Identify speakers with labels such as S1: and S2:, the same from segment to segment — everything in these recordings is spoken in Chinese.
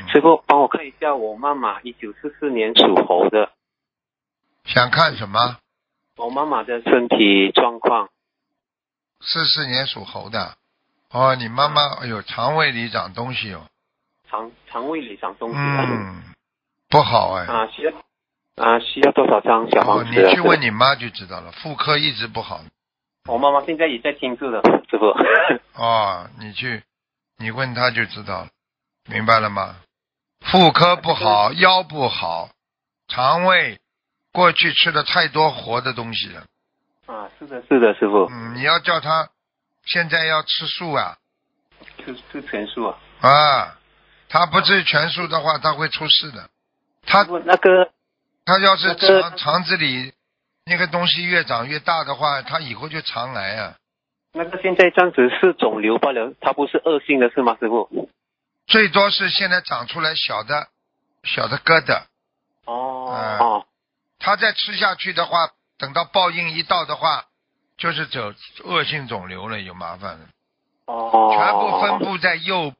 S1: 嗯
S2: 师傅帮我看一下我妈妈，一九四四年属猴的，
S1: 想看什么？
S2: 我妈妈的身体状况。
S1: 四四年属猴的。哦，你妈妈，哎呦，肠胃里长东西哦。
S2: 肠肠胃里长东西了、
S1: 嗯，不好哎。
S2: 啊，需要啊需要多少张小
S1: 哦，
S2: 房
S1: 你
S2: 子啊？
S1: 去问你妈就知道了，妇科一直不好。
S2: 我妈妈现在也在听住了，师傅。
S1: 哦，你去，你问她就知道了，明白了吗？妇科不
S2: 啊
S1: 好，腰不好，肠胃，过去吃了太多活的东西了。
S2: 啊，是的，是的，师傅，
S1: 嗯，你要叫她现在要吃素啊
S2: 是是全素啊。
S1: 啊，她不吃全素的话，她会出事的。她
S2: 师傅那个
S1: 他要是
S2: 那个
S1: 肠肠子里那个东西越长越大的话，他以后就肠癌啊。
S2: 那个现在暂时是肿瘤罢了，它不是恶性的是吗，师
S1: 嗯
S2: 傅？
S1: 最多是现在长出来小的小的疙瘩，
S2: 哦、
S1: 嗯
S2: 哦，
S1: 他再吃下去的话，等到报应一到的话，就是走恶性肿瘤了，有麻烦了。
S2: 哦，
S1: 全部分布在右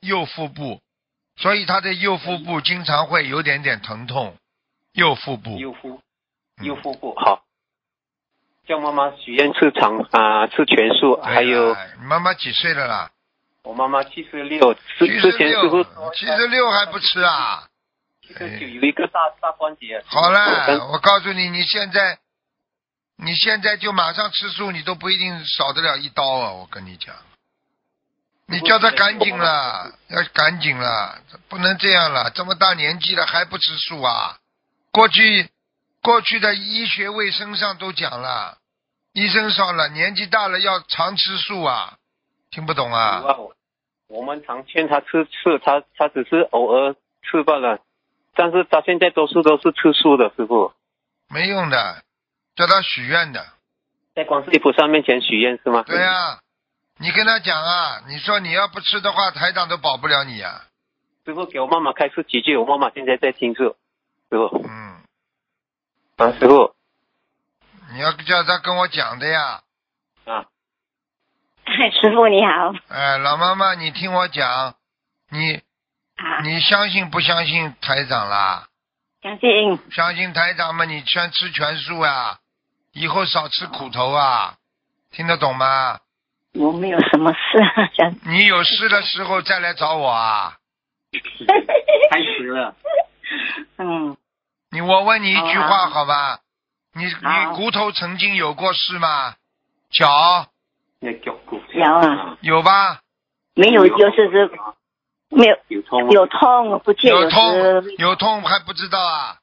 S1: 右腹部，所以他的右腹
S2: 嗯
S1: 部经常会有点点疼痛，右腹部。
S2: 右腹，
S1: 嗯
S2: 右腹部好。叫妈妈许愿吃长啊、吃全素，
S1: 对
S2: 还有
S1: 了哎你妈妈几岁了啦？
S2: 我妈妈七十六，之
S1: 七十
S2: 之前师傅
S1: 六，七十六还不吃啊？
S2: 七十九有一个大大关节。
S1: 好
S2: 嗯
S1: 了，我告诉你，你现在，你现在就马上吃素，你都不一定少得了一刀啊！我跟你讲，你叫他赶紧了，要赶紧了，不能这样了，这么大年纪了还不吃素啊？过去，过去的医学卫生上都讲了，医生说了，年纪大了要常吃素啊，听不懂啊？
S2: 哇哦我们常劝她吃吃，她她只是偶尔吃罢了，但是她现在多数都是吃素的，师傅。
S1: 没用的，叫他许愿的。
S2: 在观世音菩萨面前许愿是吗？
S1: 对啊呀、你跟他讲啊，你说你要不吃的话，台长都保不了你啊。
S2: 师傅给我妈妈开示几句，我妈妈现在在听着。师傅
S1: 嗯，
S2: 啊，师傅
S1: 你要叫他跟我讲的呀。
S2: 啊，
S3: 嗨， 师傅你好
S1: 哎，老妈妈，你听我讲，你
S3: 啊，
S1: 你相信不相信台长啦？
S3: 相信
S1: 相信台长嘛，你全吃全素啊，以后少吃苦头啊，听得懂吗？
S3: 我没有什么事，啊 想
S1: 你有事的时候再来找我啊。
S2: 开始了。
S3: 嗯，
S1: 你我问你一句
S3: 好
S1: 话
S3: 啊
S1: 好吧？你你
S3: 好啊
S1: 骨头曾经有过事吗？脚
S2: 那脚骨
S3: 有啊，
S1: 有吧？
S3: 没有，就是是没有
S2: 啊有痛
S3: 有痛，不见
S1: 有
S3: 时
S1: 痛有痛还不知道啊，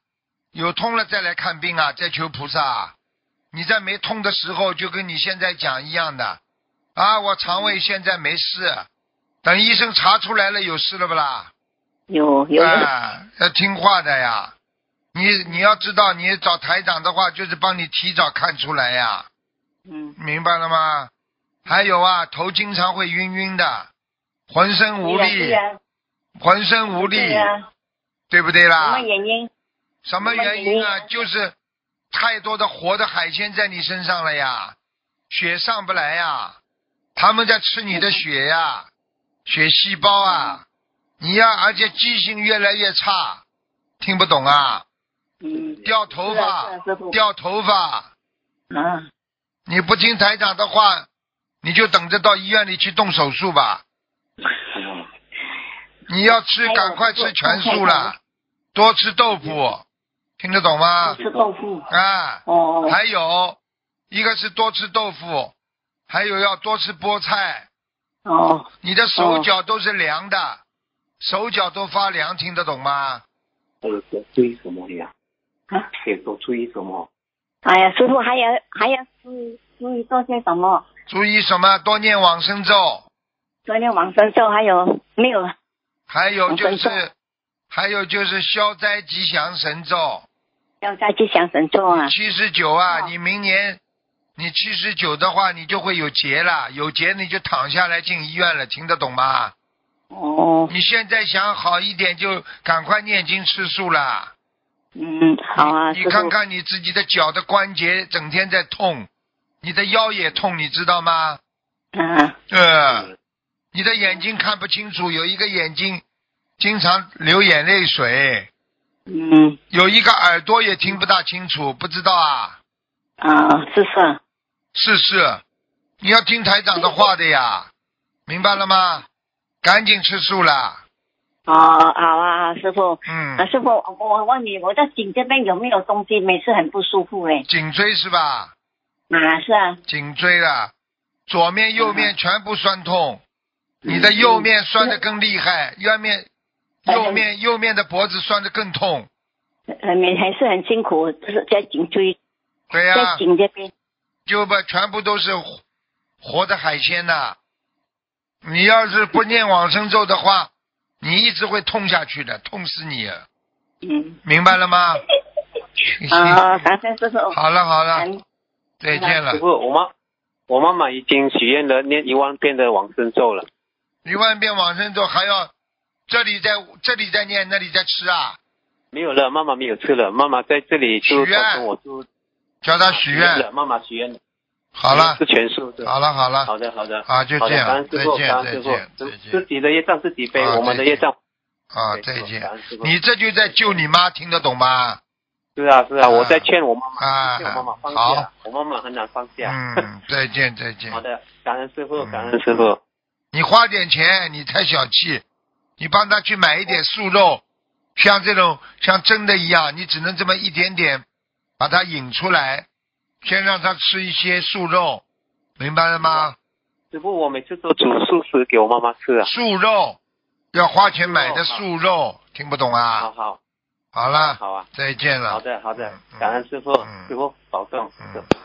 S1: 有痛了再来看病啊，再求菩萨、啊。你在没痛的时候就跟你现在讲一样的啊，我肠胃现在没事，等医生查出来了有事了不啦？
S3: 有有有
S1: 啊，要听话的呀。你你要知道，你找台长的话就是帮你提早看出来呀，
S3: 嗯
S1: 明白了吗？还有啊，头经常会晕晕的，浑身无
S3: 对
S1: 力，
S3: 哎呀啊
S1: 浑身无力，啊
S3: 对呀，
S1: 对不对
S3: 什
S1: 啦？
S3: 么原因？
S1: 什么原因啊？就是太多的活的海鲜在你身上了呀，血上不来呀，他们在吃你的血呀，血细胞啊，你呀、而且记性越来越差，听不懂啊，
S3: 嗯，
S1: 掉头
S3: 是啊是
S1: 发
S3: 啊，师傅
S1: 掉头发，
S3: 啊，
S1: 你不听台长的话，你就等着到医院里去动手术吧。你要吃，
S3: 哎呦
S1: 赶快吃
S3: 我
S1: 全素
S3: 我
S1: 了，多吃豆腐，听得懂吗？
S3: 吃豆腐
S1: 啊，
S3: 哦，
S1: 还有一个是多吃豆腐，还有要多吃菠菜。
S3: 哦，
S1: 你的手脚都是凉的，手脚都发凉，听得懂吗？
S2: 有多注意什么呀？
S3: 啊，
S2: 有多注意什么？
S3: 哎呀，师傅还要还要注意注意做些什么？
S1: 注意什么？多念往生咒，
S3: 昨天往生咒还有没有？
S1: 还有就
S3: 往生
S1: 是，还有就是消灾吉祥神咒
S3: 要再去想神咒啊？
S1: 七十九啊！
S3: 哦
S1: 你明年你七十九的话，你就会有劫了，有劫你就躺下来进医院了，听得懂吗？
S3: 哦，
S1: 你现在想好一点，就赶快念经吃素啦。
S3: 嗯，好啊，
S1: 你
S3: 师
S1: 你看
S3: 傅，
S1: 看你自己的脚的关节整天在痛，你的腰也痛，你知道吗？
S3: 啊，
S1: 呃，你的眼睛看不清楚，有一个眼睛经常流眼泪水，
S4: 嗯
S1: 有一个耳朵也听不大清楚，不知道啊？
S4: 啊，是是，
S1: 是是，你要听台长的话的呀，明白了吗？赶紧吃素啦，
S4: 哦，好啊，师傅，啊，
S1: 嗯，
S4: 师傅，我我问你，我的颈这边有没有东西？每次很不舒服哎、
S1: 颈椎是吧？
S4: 啊，是啊，
S1: 颈椎啦，左面右面
S4: 嗯
S1: 全部酸痛，你的右面酸的更厉害，
S4: 嗯
S1: 右面右面右面的脖子酸的更痛，
S4: 呃，每还是很辛苦，就是在颈椎，
S1: 对啊呀、
S4: 在颈这边，
S1: 就把全部都是活活的海鲜呐、你要是不念往生咒的话，你一直会痛下去的，痛死你，啊
S4: 嗯，
S1: 明白了吗？
S4: 啊，感谢师傅，
S1: 好啊了好了，
S4: 嗯
S1: 再见了
S2: 师。傅，我妈我妈妈已经许愿了，念一万遍的往生咒了。
S1: 一万遍往生咒还要这里在这里在念，那里在吃啊，
S2: 没有了，妈妈没有吃了，妈妈在这里就
S1: 许愿
S2: 告诉我就
S1: 叫他许愿。
S4: 嗯
S2: 了，妈妈许愿了。
S1: 好了
S2: 是全数的。
S1: 好了好了，
S2: 好的，好的，
S1: 啊就
S2: 好
S1: 这
S2: 的感
S1: 样
S2: 恩，师
S1: 再
S2: 傅，
S1: 见
S2: 感
S1: 再
S2: 恩师
S1: 见
S2: 傅，
S1: 再
S2: 自自
S1: 见
S2: 己的业障自己背，
S1: 啊
S2: 我们的
S1: 再见
S2: 业障
S1: 啊
S2: 对
S1: 再见
S2: 感恩师。傅
S1: 你这就在救你妈，听得懂吗？
S2: 是啊是
S1: 啊
S2: 啊，我在劝我妈妈，
S1: 啊
S2: 劝我妈妈放
S1: 好
S2: 下，我妈妈很难放下。
S1: 嗯，再见再见
S2: 啊好。的，感恩师傅，
S1: 嗯
S2: 感恩师傅。
S1: 你花点钱，你太小气，你帮他去买一点素肉，像这种像蒸的一样，你只能这么一点点把它引出来，先让他吃一些素肉，明白了吗？
S2: 师傅，我每次都煮素食给我妈妈吃啊。
S1: 素肉要花钱买的
S2: 素
S1: 素肉，听不懂
S2: 好
S1: 啊？
S2: 好
S1: 好了，
S2: 好啊，
S1: 再见了。
S2: 好的好的
S1: 嗯，
S2: 感恩师傅
S1: 嗯，
S2: 师傅保重。
S1: 嗯